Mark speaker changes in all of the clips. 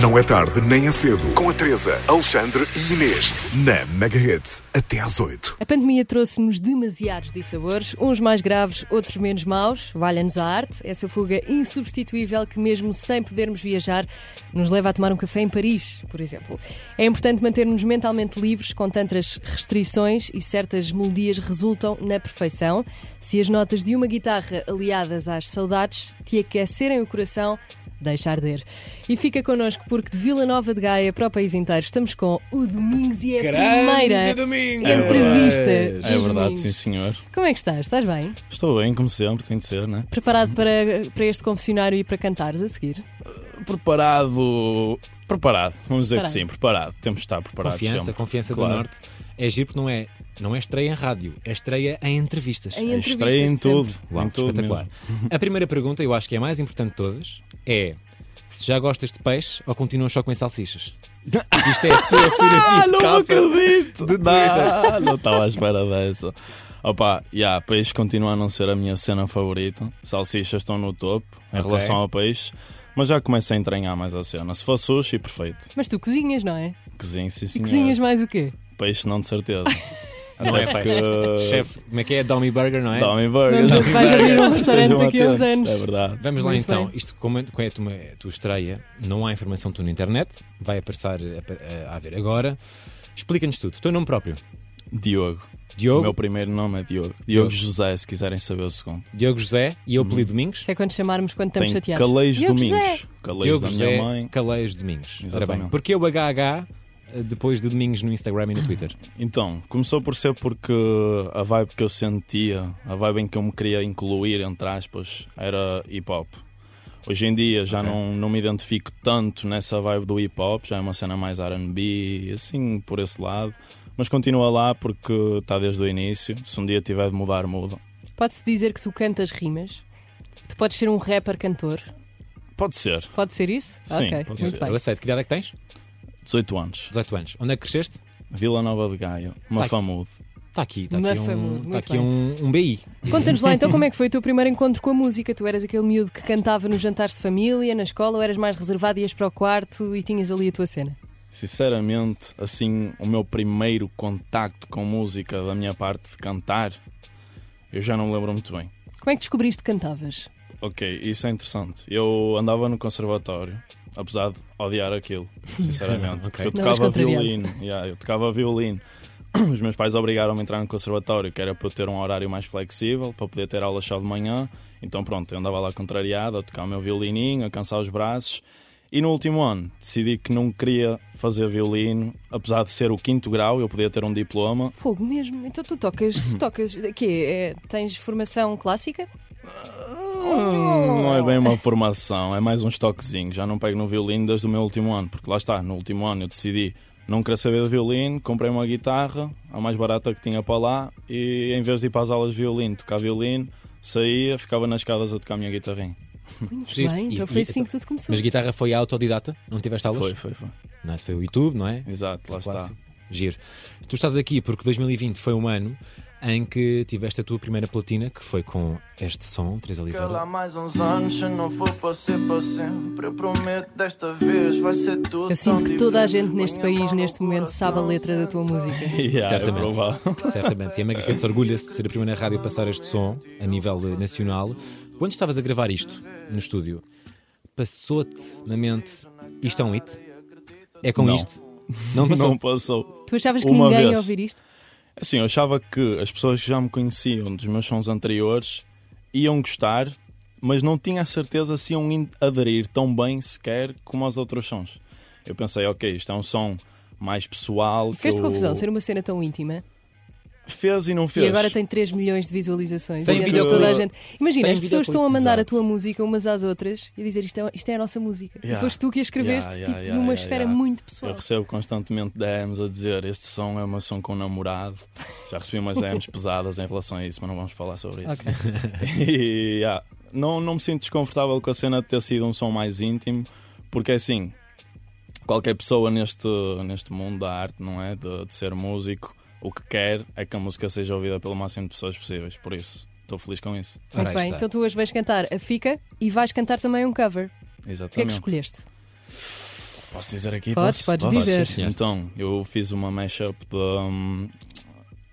Speaker 1: Não é tarde nem é cedo. Com a Teresa, Alexandre e Inês. Na Megahits, até às 8.
Speaker 2: A pandemia trouxe-nos demasiados dissabores, uns mais graves, outros menos maus. Valha-nos a arte, essa fuga insubstituível que, mesmo sem podermos viajar, nos leva a tomar um café em Paris, por exemplo. É importante manter-nos mentalmente livres com tantas restrições e certas melodias resultam na perfeição. Se as notas de uma guitarra aliadas às saudades te aquecerem o coração, deixa arder. E fica connosco porque de Vila Nova de Gaia para o país inteiro estamos com o Domingos e é a primeira
Speaker 3: domingo!
Speaker 2: entrevista. do
Speaker 4: É verdade,
Speaker 2: Domingos.
Speaker 4: sim senhor.
Speaker 2: Como é que estás? Estás bem?
Speaker 4: Estou bem, como sempre, tem de ser, né?
Speaker 2: Preparado para, para este confessionário e para cantares a seguir?
Speaker 4: Preparado. Preparado, vamos dizer
Speaker 2: Preparado.
Speaker 4: que sim, preparado. Temos de estar preparados.
Speaker 3: Confiança,
Speaker 4: sempre.
Speaker 3: confiança
Speaker 4: Claro.
Speaker 3: do Norte. É giro porque não é, não é estreia em rádio, é estreia em entrevistas.
Speaker 2: Em
Speaker 4: É
Speaker 2: entrevistas
Speaker 4: Estreia em
Speaker 2: de sempre.
Speaker 4: tudo.
Speaker 3: Uau,
Speaker 4: em tudo
Speaker 3: espetacular.
Speaker 4: mesmo.
Speaker 3: A primeira pergunta, eu acho que é a mais importante de todas, é se já gostas de peixe ou continuas só com salsichas? Isto é a tua fotografia de
Speaker 4: Ah, Não
Speaker 3: capa.
Speaker 4: acredito! Ah, não estava à espera dessa. Opa, yeah, peixe continua a não ser a minha cena favorita. Salsichas estão no topo em
Speaker 3: Ok.
Speaker 4: relação ao peixe, mas já comecei a entranhar mais a cena. Se fosse sushi, perfeito.
Speaker 2: Mas tu cozinhas, não é?
Speaker 4: Cozinho, sim senhor.
Speaker 2: Cozinhas mais o quê?
Speaker 4: Peixe, não de certeza.
Speaker 3: Não é peixe. Chefe, como é que é? Domi Burger, não é?
Speaker 4: Tommy Burgers.
Speaker 2: Vamos- vais abrir um restaurante
Speaker 4: Estejam
Speaker 2: daqui a uns
Speaker 4: atentos,
Speaker 2: anos.
Speaker 4: É verdade.
Speaker 3: Vamos lá
Speaker 2: Muito
Speaker 3: então,
Speaker 2: bem.
Speaker 3: isto como é, como é a tua, a tua estreia, não há informação tu na internet, vai aparecer a, a, a ver agora. Explica-nos tudo, o teu nome próprio.
Speaker 4: Diogo.
Speaker 3: Diogo,
Speaker 4: O meu primeiro nome é Diogo. Diogo José, se quiserem saber o segundo.
Speaker 3: Diogo José e eu
Speaker 4: Uhum.
Speaker 3: apelido Domingos.
Speaker 2: Isso é quando chamarmos quando estamos
Speaker 4: Tem
Speaker 2: chateados.
Speaker 4: Calais
Speaker 2: Diogo
Speaker 4: Domingos.
Speaker 2: José.
Speaker 4: Calais
Speaker 3: Diogo
Speaker 4: da
Speaker 3: José
Speaker 4: minha mãe.
Speaker 3: Calais Domingos. Ora
Speaker 4: Exatamente.
Speaker 3: bem, Porquê o HH eh, depois de Domingos no Instagram e no Twitter?
Speaker 4: Então, começou por ser porque a vibe que eu sentia, a vibe em que eu me queria incluir, entre aspas, era hip hop. Hoje em dia já
Speaker 3: Ok.
Speaker 4: não, não me identifico tanto nessa vibe do hip hop, já é uma cena mais RB, assim, por esse lado. Mas continua lá porque está desde o início. Se um dia tiver de mudar, muda.
Speaker 2: é. Pode-se dizer que tu cantas rimas? Tu podes ser um rapper cantor?
Speaker 4: Pode ser.
Speaker 2: Pode ser isso?
Speaker 4: Sim,
Speaker 2: ok,
Speaker 4: pode
Speaker 2: muito
Speaker 4: ser.
Speaker 2: bem.
Speaker 3: Eu aceito. Que idade é que tens?
Speaker 4: 18 anos.
Speaker 3: 18 anos. Onde é que cresceste?
Speaker 4: Vila Nova de Gaia, Mafamude.
Speaker 3: Está aqui, está aqui,
Speaker 2: Mafamudo,
Speaker 3: um,
Speaker 2: muito
Speaker 3: está aqui
Speaker 2: bem.
Speaker 3: um, um BI.
Speaker 2: Conta-nos lá então como é que foi o teu primeiro encontro com a música. Tu eras aquele miúdo que cantava nos jantares de família, na escola, ou eras mais reservado, ias para o quarto e tinhas ali a tua cena?
Speaker 4: Sinceramente, assim, o meu primeiro contacto com música da minha parte de cantar, eu já não me lembro muito bem.
Speaker 2: Como é que descobriste que cantavas?
Speaker 4: Ok, isso é interessante. Eu andava no conservatório, apesar de odiar aquilo, sinceramente.
Speaker 3: Ok.
Speaker 4: Porque eu
Speaker 2: Não és
Speaker 4: tocava
Speaker 2: contrariado.
Speaker 4: violino. Yeah, eu tocava violino. Os meus pais obrigaram-me a entrar no conservatório, que era para eu ter um horário mais flexível, para poder ter aulas só de manhã. Então pronto, eu andava lá contrariado, a tocar o meu violininho, a cansar os braços. E no último ano decidi que não queria fazer violino, apesar de ser o quinto grau, eu podia ter um diploma.
Speaker 2: Fogo mesmo. Então tu tocas,
Speaker 4: Uhum.
Speaker 2: tu tocas, quê? É, tens formação clássica?
Speaker 4: Não é bem uma formação, é mais uns toquezinhos. Já não pego no violino desde o meu último ano, porque lá está, no último ano eu decidi não querer saber de violino, comprei uma guitarra, a mais barata que tinha para lá, e em vez de ir para as aulas de violino, tocar violino, saía, ficava nas escadas a tocar a minha guitarrinha.
Speaker 3: Giro.
Speaker 2: Bem,
Speaker 3: E-
Speaker 2: então foi
Speaker 3: e-
Speaker 2: assim que tudo começou.
Speaker 3: Mas guitarra foi autodidata? Não tiveste aulas?
Speaker 4: Foi, foi, foi.
Speaker 3: Não, isso foi o YouTube, não é?
Speaker 4: Exato, lá está.
Speaker 3: Clássico. Giro. Tu estás aqui porque 2020 foi um ano em que tiveste a tua primeira platina, que foi com este som, Teresa
Speaker 5: Cala
Speaker 3: Oliveira.
Speaker 5: mais uns anos, se não for para ser para sempre. Eu prometo desta vez vai ser tudo.
Speaker 2: Eu sinto
Speaker 5: tão
Speaker 2: que toda a
Speaker 5: diferente.
Speaker 2: gente neste
Speaker 5: Ponha a
Speaker 2: país,
Speaker 5: mão no
Speaker 2: neste momento, sabe a
Speaker 5: coração,
Speaker 2: letra da tua
Speaker 5: sente só.
Speaker 2: música.
Speaker 4: Yeah, é
Speaker 3: Certamente.
Speaker 4: provável.
Speaker 3: Certamente. E a Mega Hits orgulha-se de ser a primeira rádio a passar este som a nível eh, nacional. Quando estavas a gravar isto no estúdio, passou-te na mente isto é um hit? É com
Speaker 4: Não.
Speaker 3: isto? Não passou?
Speaker 4: Não passou.
Speaker 2: Tu achavas que
Speaker 4: Uma
Speaker 2: ninguém ia
Speaker 4: vez.
Speaker 2: ouvir isto?
Speaker 4: Assim, eu achava que as pessoas que já me conheciam dos meus sons anteriores iam gostar, mas não tinha a certeza se iam in- aderir tão bem sequer como aos outros sons. Eu pensei, ok, isto é um som mais pessoal. que
Speaker 2: Fez-te
Speaker 4: eu-
Speaker 2: confusão ser uma cena tão íntima?
Speaker 4: Fez e não fez.
Speaker 2: E agora tem 3 milhões de visualizações.
Speaker 3: Sem
Speaker 2: E então
Speaker 3: videoclipe.
Speaker 2: toda a gente. Imagina,
Speaker 3: Sem
Speaker 2: as pessoas
Speaker 3: videoclipe.
Speaker 2: estão a mandar a
Speaker 3: Exato.
Speaker 2: tua música umas às outras e dizer isto é, isto é a nossa música. E
Speaker 4: Yeah.
Speaker 2: foste tu que a escreveste,
Speaker 4: Yeah,
Speaker 2: tipo,
Speaker 4: yeah, yeah,
Speaker 2: numa
Speaker 4: yeah,
Speaker 2: esfera
Speaker 4: yeah.
Speaker 2: muito
Speaker 4: Eu
Speaker 2: pessoal.
Speaker 4: recebo constantemente DMs a dizer este som é uma som com namorado. Já recebi umas DMs pesadas em relação a isso, mas não vamos falar sobre isso. E, yeah, não, não me sinto desconfortável com a cena de ter sido um som mais íntimo, porque é assim, qualquer pessoa neste, neste mundo da arte, não é? De, de ser músico, o que quer é que a música seja ouvida pelo máximo de pessoas possíveis. Por isso, estou feliz com isso.
Speaker 3: Ora,
Speaker 2: Muito
Speaker 3: aí
Speaker 2: bem,
Speaker 3: está.
Speaker 2: então tu hoje vais cantar a Fica e vais cantar também um cover. O que é que
Speaker 4: Exatamente.
Speaker 2: escolheste?
Speaker 4: Posso dizer aqui?
Speaker 2: Podes,
Speaker 4: Posso?
Speaker 2: podes
Speaker 4: Posso?
Speaker 2: dizer.
Speaker 3: Sim, senhor.
Speaker 4: Então, eu fiz uma mashup de hum,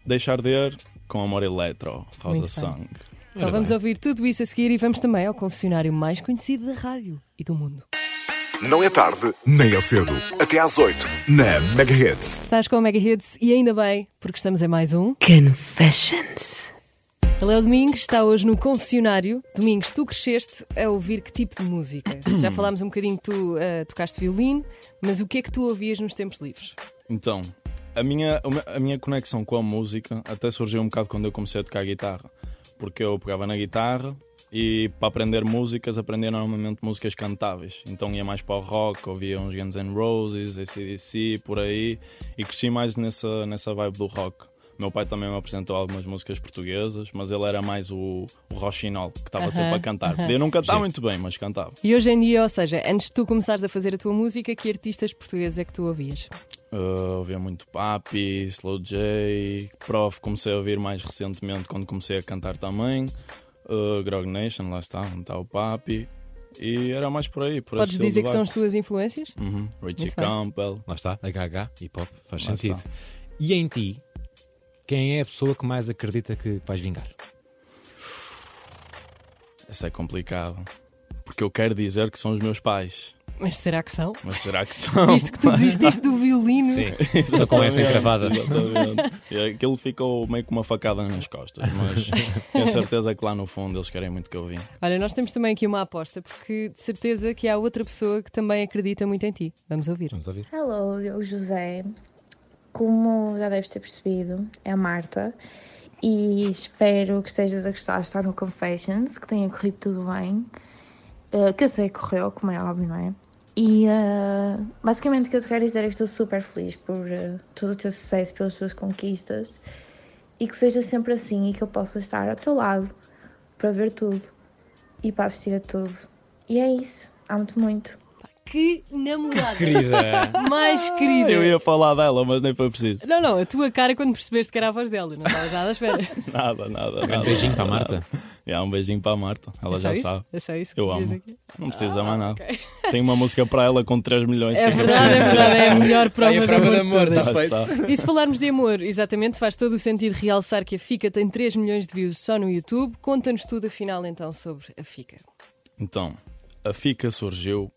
Speaker 4: Deixar de Ir com Amor Eletro,
Speaker 2: Muito
Speaker 4: Rosa
Speaker 2: bem.
Speaker 4: Sangue.
Speaker 2: Então vamos ouvir tudo isso a seguir e vamos também ao confessionário mais conhecido da rádio e do mundo.
Speaker 1: Não é tarde, nem é cedo. Até às 8, na Megahits.
Speaker 2: Estás com o Mega Hits e ainda bem, porque estamos em mais um.
Speaker 6: Confessions.
Speaker 2: Ele é o Domingos, está hoje no confessionário. Domingos, tu cresceste a ouvir que tipo de música? Já falámos um bocadinho que tu eh, tocaste violino, mas o que é que tu ouvias nos tempos livres?
Speaker 4: Então, a minha, a minha conexão com a música até surgiu um bocado quando eu comecei a tocar guitarra. Porque eu pegava na guitarra e para aprender músicas, aprendia normalmente músicas cantáveis. Então ia mais para o rock, ouvia uns Guns N' Roses, ACDC, por aí. E cresci mais nessa, nessa vibe do rock. Meu pai também me apresentou algumas músicas portuguesas, mas ele era mais o, o roxinol, que estava sempre a cantar. Podia não cantar muito bem, mas cantava.
Speaker 2: E hoje em dia, ou seja, antes de tu começares a fazer a tua música, que artistas portugueses é que tu ouvias?
Speaker 4: Uh, ouvia muito Papi, Slow J, Prof. Comecei a ouvir mais recentemente quando comecei a cantar também. Uh, Grog Nation, lá está, onde está o Papi. E era mais por aí. Por
Speaker 2: Podes
Speaker 4: esse
Speaker 2: dizer que são
Speaker 4: estilo
Speaker 2: as tuas influências?
Speaker 4: de vibe. Uhum. Richie
Speaker 2: Muito bem.
Speaker 4: Campbell.
Speaker 3: Lá está, HH, hip hop, faz
Speaker 4: Lá
Speaker 3: sentido.
Speaker 4: está.
Speaker 3: E em ti, quem é a pessoa que mais acredita que vais vingar?
Speaker 4: Isso é complicado. Porque eu quero dizer que são os meus pais.
Speaker 2: Mas será que são?
Speaker 4: Mas será que são?
Speaker 2: Visto que tu desististe do violino.
Speaker 3: estou com essa encravada.
Speaker 4: Exatamente. E Aquilo ficou meio que uma facada nas costas. Mas tenho certeza que lá no fundo eles querem muito que eu vim.
Speaker 2: Olha, nós temos também aqui uma aposta, porque de certeza que há outra pessoa que também acredita muito em ti. Vamos ouvir.
Speaker 3: Vamos ouvir.
Speaker 7: Hello, Diogo José. Como já deves ter percebido, é a Marta e espero que estejas a gostar de estar no Confessions, que tenha corrido tudo bem, eh, que eu sei que correu, como é óbvio, não é? E eh, basicamente o que eu te quero dizer é que estou super feliz por eh, todo o teu sucesso, pelas tuas conquistas e que seja sempre assim e que eu possa estar ao teu lado para ver tudo e para assistir a tudo. E é isso, amo-te muito.
Speaker 2: Que namorada
Speaker 3: Querida!
Speaker 2: mais querida.
Speaker 4: Eu ia falar dela, mas nem foi preciso.
Speaker 2: Não, não, a tua cara quando percebeste que era a voz dela, não estavas nada à espera.
Speaker 4: Nada, nada.
Speaker 3: Um
Speaker 4: nada,
Speaker 3: beijinho para a
Speaker 4: nada,
Speaker 3: Marta.
Speaker 4: nada. É, um beijinho para a Marta. Ela
Speaker 2: é só
Speaker 4: já
Speaker 2: isso?
Speaker 4: sabe.
Speaker 2: É só isso que
Speaker 4: Eu
Speaker 2: diz
Speaker 4: amo.
Speaker 2: aqui.
Speaker 4: Não precisa mais nada. Tem uma música para ela com 3 milhões.
Speaker 2: É
Speaker 4: que eu
Speaker 2: verdade, é
Speaker 4: preciso.
Speaker 2: verdade, é a melhor prova,
Speaker 8: Aí a prova de amor,
Speaker 2: de
Speaker 8: está
Speaker 2: todas.
Speaker 8: feito.
Speaker 4: Está.
Speaker 2: E se falarmos de amor, exatamente, faz todo o sentido realçar que a Fica tem 3 milhões de views só no YouTube. Conta-nos tudo afinal então sobre a Fica.
Speaker 4: Então, a Fica surgiu.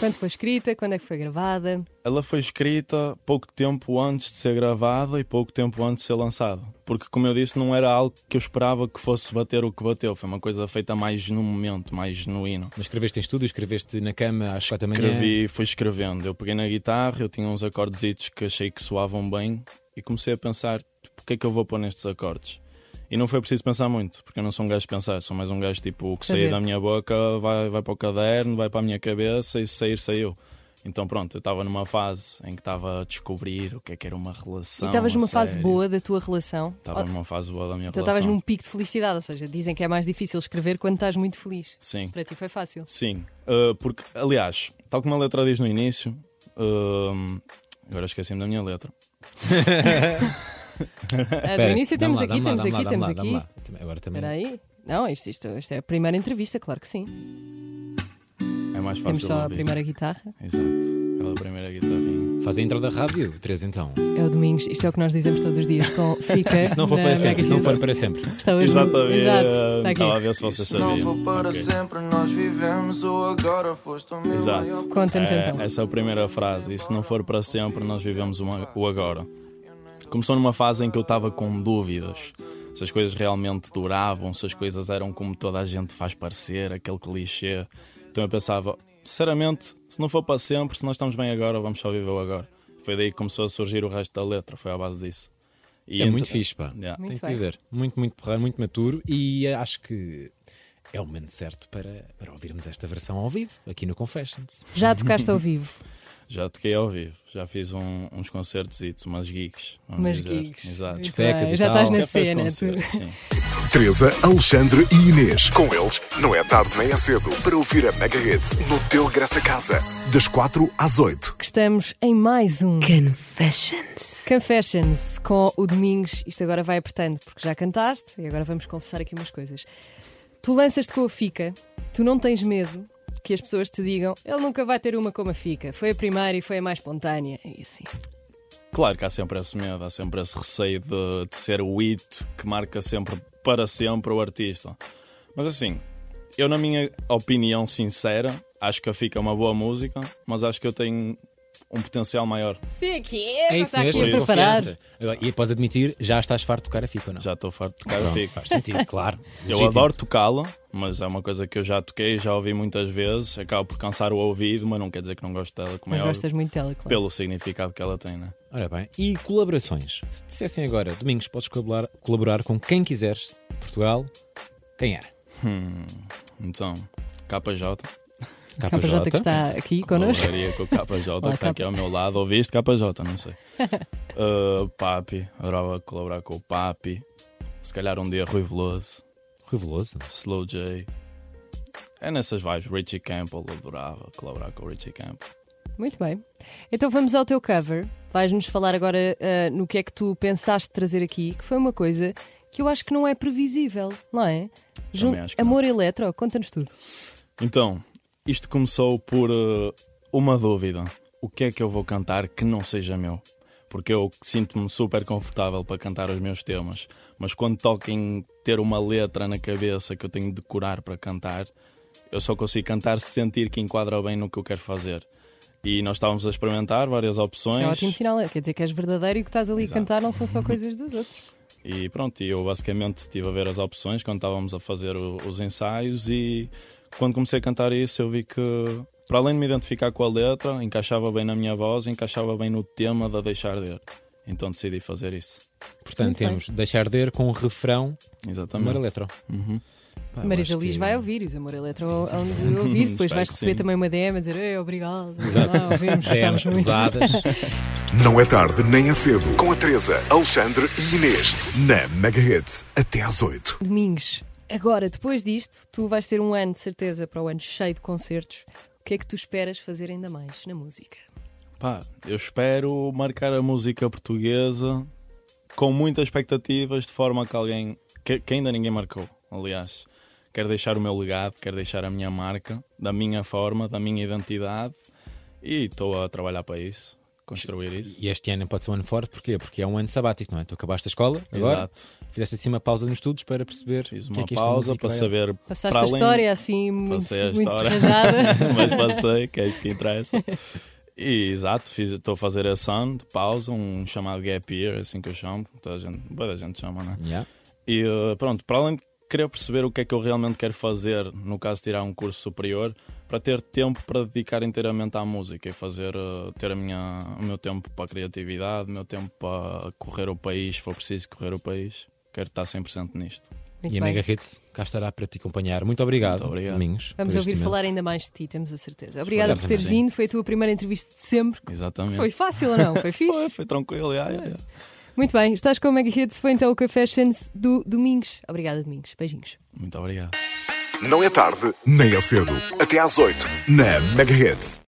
Speaker 2: Quando foi escrita, quando é que foi gravada?
Speaker 4: Ela foi escrita pouco tempo antes de ser gravada e pouco tempo antes de ser lançada. Porque, como eu disse, não era algo que eu esperava que fosse bater o que bateu. Foi uma coisa feita mais no momento, mais genuíno.
Speaker 3: Mas escreveste em estúdio, escreveste na cama às quatro da manhã.
Speaker 2: É.
Speaker 4: Escrevi, fui escrevendo. Eu peguei na guitarra, eu tinha uns acordezitos que achei que soavam bem e comecei a pensar: tipo, o que é que eu vou pôr nestes acordes? E não foi preciso pensar muito, porque eu não sou um gajo de pensar, sou mais um gajo tipo: o que
Speaker 2: Fazer.
Speaker 4: sair da minha boca vai, vai para o caderno, vai para a minha cabeça e se sair, saiu. Então pronto, eu estava numa fase em que estava a descobrir o que é que era uma relação.
Speaker 2: e estavas
Speaker 4: a
Speaker 2: numa fase
Speaker 4: sério.
Speaker 2: boa da tua relação?
Speaker 4: Estava
Speaker 2: Ou-
Speaker 4: numa fase boa da minha
Speaker 2: então estavas
Speaker 4: relação.
Speaker 2: num pico de felicidade, ou seja, dizem que é mais difícil escrever quando estás muito feliz.
Speaker 4: Sim.
Speaker 2: Para ti foi fácil.
Speaker 4: Sim, uh, porque, aliás, tal como a letra diz no início, um, agora esqueci-me da minha letra.
Speaker 2: Ah,
Speaker 3: Espera,
Speaker 2: do início
Speaker 3: dá-me
Speaker 2: temos
Speaker 3: lá,
Speaker 2: aqui,
Speaker 3: dá-me
Speaker 2: temos aqui,
Speaker 3: lá, dá-me lá,
Speaker 2: temos
Speaker 3: dá-me lá,
Speaker 2: aqui.
Speaker 3: dá-me lá. Também- Agora também.
Speaker 2: Espera aí. Não, isto, isto, isto é a primeira entrevista, claro que sim.
Speaker 4: É mais
Speaker 2: Temos
Speaker 4: fácil
Speaker 2: só a
Speaker 4: ouvir.
Speaker 2: primeira guitarra.
Speaker 4: Exato, aquela primeira guitarrinha.
Speaker 3: Faz a intro da rádio, três então.
Speaker 2: É o Domingos, isto é o que nós dizemos todos os dias com Fica.
Speaker 3: Se não for
Speaker 2: na
Speaker 3: para sempre,
Speaker 2: Mega
Speaker 3: se não for
Speaker 2: Hits.
Speaker 3: para Tá sempre.
Speaker 2: Está hoje no- Exato, está aqui.
Speaker 4: Estava a ver se vocês
Speaker 5: Se não
Speaker 4: sabiam.
Speaker 5: for para
Speaker 4: Ok.
Speaker 5: sempre, nós vivemos. Ou agora foste o meu
Speaker 4: Exato.
Speaker 5: maior-
Speaker 2: Conta-nos
Speaker 4: É,
Speaker 2: então.
Speaker 4: Essa é a primeira frase. E se não for para sempre, nós vivemos uma- o agora. Começou numa fase em que eu estava com dúvidas. Se as coisas realmente duravam, se as coisas eram como toda a gente faz parecer, aquele clichê. Então eu pensava, sinceramente, se não for para sempre, se nós estamos bem agora, vamos só viver o agora. Foi daí que começou a surgir o resto da letra, foi à base disso. E
Speaker 3: é
Speaker 4: entre-
Speaker 3: muito fixe, pá.
Speaker 4: Yeah.
Speaker 2: Muito
Speaker 3: Tenho que
Speaker 2: bem.
Speaker 3: dizer. Muito, muito porreiro, muito maturo e eh, acho que é o momento certo para, para ouvirmos esta versão ao vivo, aqui no Confessions.
Speaker 2: Já tocaste ao vivo,
Speaker 4: Já toquei ao vivo, já fiz um- uns concertos, umas gigs. vamos
Speaker 2: mas
Speaker 4: dizer.
Speaker 2: gigs.
Speaker 4: Exato.
Speaker 2: Muito
Speaker 3: Discotecas
Speaker 2: bem,
Speaker 3: e
Speaker 2: Já
Speaker 3: tal.
Speaker 2: estás na
Speaker 4: Cafés,
Speaker 2: cena. tu.
Speaker 4: concertos, sim.
Speaker 1: Teresa, Alexandre e Inês. Com eles, não é tarde nem é cedo para ouvir a Megahits no teu graça casa, das 4 às 8.
Speaker 2: Que estamos em mais um
Speaker 6: Confessions.
Speaker 2: Confessions com o Domingos. Isto agora vai apertando, porque já cantaste e agora vamos confessar aqui umas coisas. Tu lanças-te com a Fica, tu não tens medo. que as pessoas te digam ele nunca vai ter uma como a fica. Foi a primeira e foi a mais espontânea. E assim.
Speaker 4: Claro que há sempre esse medo, há sempre esse receio de, de ser o it que marca sempre para sempre o artista. Mas assim, eu na minha opinião sincera, acho que a fica uma boa música, mas acho que eu tenho um potencial maior.
Speaker 2: Sim, aqui
Speaker 3: É isso mesmo,
Speaker 2: aqui a
Speaker 3: é isso.
Speaker 2: preparar.
Speaker 3: Confiança. Agora, E após admitir, já estás farto de tocar a fica, ou não?
Speaker 4: Já estou farto de tocar a
Speaker 3: Pronto,
Speaker 4: fica.
Speaker 3: Faz sentido, claro.
Speaker 4: Eu
Speaker 3: Legítimo.
Speaker 4: adoro tocá-la, mas é uma coisa que eu já toquei, já ouvi muitas vezes, acabo por cansar o ouvido, mas não quer dizer que não gosto dela, como
Speaker 2: Mas
Speaker 4: é óbvio,
Speaker 2: gostas muito dela, claro.
Speaker 4: pelo significado que ela tem, né?
Speaker 3: Ora bem, e colaborações? Se te dissessem agora, Domingos, podes colaborar, colaborar com quem quiseres, Portugal, quem era?
Speaker 4: Então, KJ,
Speaker 2: KJ que está aqui connosco.
Speaker 4: colaboraria com o KJ, que
Speaker 2: Olá,
Speaker 4: está aqui ao meu lado, ouviste KJ, não sei. Uh, papi, adorava colaborar com o Papi, se calhar um dia Rui Veloso,
Speaker 3: Rui Veloso.
Speaker 4: Slow J. É nessas vibes, Richie Campbell, adorava colaborar com o Richie Campbell.
Speaker 2: Muito bem. Então vamos ao teu cover. Vais-nos falar agora ah, no que é que tu pensaste trazer aqui, que foi uma coisa que eu acho que não é previsível, não é? Jun-
Speaker 4: Também acho que
Speaker 2: Amor Eletro, conta-nos tudo.
Speaker 4: Então, isto começou por eh, uma dúvida. O que é que eu vou cantar que não seja meu? Porque eu sinto-me super confortável para cantar os meus temas, mas quando toca em ter uma letra na cabeça que eu tenho de decorar para cantar, eu só consigo cantar se sentir que enquadra bem no que eu quero fazer. E nós estávamos a experimentar várias
Speaker 2: Isso é um
Speaker 4: opções.
Speaker 2: ótimo sinal, quer dizer que és verdadeiro e o que estás ali a cantar não são só coisas dos outros.
Speaker 4: E pronto, e eu basicamente estive a ver as opções quando estávamos a fazer o- os ensaios e quando comecei a cantar isso eu vi que para além de me identificar com a letra, encaixava bem na minha voz, encaixava bem no tema da deixar de ir. Então decidi fazer isso.
Speaker 3: Portanto,
Speaker 2: Muito bem.
Speaker 3: temos Deixar de Ir com o refrão
Speaker 4: Exatamente.
Speaker 3: Amor Eletro. Pá, eu
Speaker 2: Marisa
Speaker 3: acho que- é.
Speaker 2: Liz vai ouvir, os Amor Eletro
Speaker 3: Sim, sim.
Speaker 2: onde de ouvir, depois
Speaker 4: Espero
Speaker 2: vais
Speaker 4: que
Speaker 2: receber
Speaker 4: sim.
Speaker 2: também uma DM a dizer "Ei, obrigado, ah, ouvimos,
Speaker 3: DMs
Speaker 2: estamos muito.
Speaker 3: pesadas.
Speaker 1: Não é tarde nem é cedo. Com a Teresa, Alexandre e Inês. Na Megahertz, até às 8.
Speaker 2: Domingos, agora, depois disto, tu vais ter um ano de certeza para o ano cheio de concertos. O que é que tu esperas fazer ainda mais na música?
Speaker 4: Pá, eu espero marcar a música portuguesa com muitas expectativas, de forma que alguém. que, que ainda ninguém marcou, aliás. Quero deixar o meu legado, quero deixar a minha marca, da minha forma, da minha identidade e estou a trabalhar para isso, construir isso.
Speaker 3: E este ano pode ser um ano forte, porquê? Porque é um ano sabático, não é? Tu acabaste a escola, agora
Speaker 4: Exato.
Speaker 3: fizeste assim uma pausa nos estudos para perceber
Speaker 4: Fiz
Speaker 3: o que
Speaker 4: uma
Speaker 3: é que esta
Speaker 4: pausa
Speaker 3: música
Speaker 4: para
Speaker 3: vai-
Speaker 4: saber.
Speaker 2: Passaste
Speaker 4: para
Speaker 2: a
Speaker 4: além-
Speaker 2: história assim muito,
Speaker 4: Passei a
Speaker 2: muito
Speaker 4: história.
Speaker 2: rasgada.
Speaker 4: mas passei, que é isso que interessa. E exato, fiz- estou a fazer a sound, pausa, um chamado gap year, assim que eu chamo, toda a gente, boa da gente chama, não é?
Speaker 3: Yeah.
Speaker 4: E eh, pronto, para além de querer perceber o que é que eu realmente quero fazer, no caso tirar um curso superior, para ter tempo para dedicar inteiramente à música e fazer eh, ter a minha, o meu tempo para a criatividade, o meu tempo para correr o país, se for preciso correr o país. Quero estar 100% nisto.
Speaker 2: Muito
Speaker 3: E a
Speaker 2: bem.
Speaker 3: Mega Hits cá estará para te acompanhar. Muito obrigado,
Speaker 4: Muito obrigado.
Speaker 3: Domingos.
Speaker 2: Vamos
Speaker 3: por este
Speaker 2: ouvir
Speaker 3: momento. assim.
Speaker 2: falar ainda mais de ti, temos a certeza. Obrigada
Speaker 3: Certo,
Speaker 2: por teres
Speaker 4: sim.
Speaker 2: vindo, foi a tua primeira entrevista de sempre.
Speaker 3: É.
Speaker 4: Exatamente.
Speaker 2: Foi fácil ou não? Foi
Speaker 4: Foi,
Speaker 2: fixe?
Speaker 4: foi tranquilo. yeah, yeah, yeah.
Speaker 2: Muito bem, estás com o Mega Hits, foi então o Café Sense do Domingos. Obrigada, Domingos. Beijinhos.
Speaker 4: Muito obrigado.
Speaker 1: Não é tarde nem é cedo. Até às 8. Na Megahertz.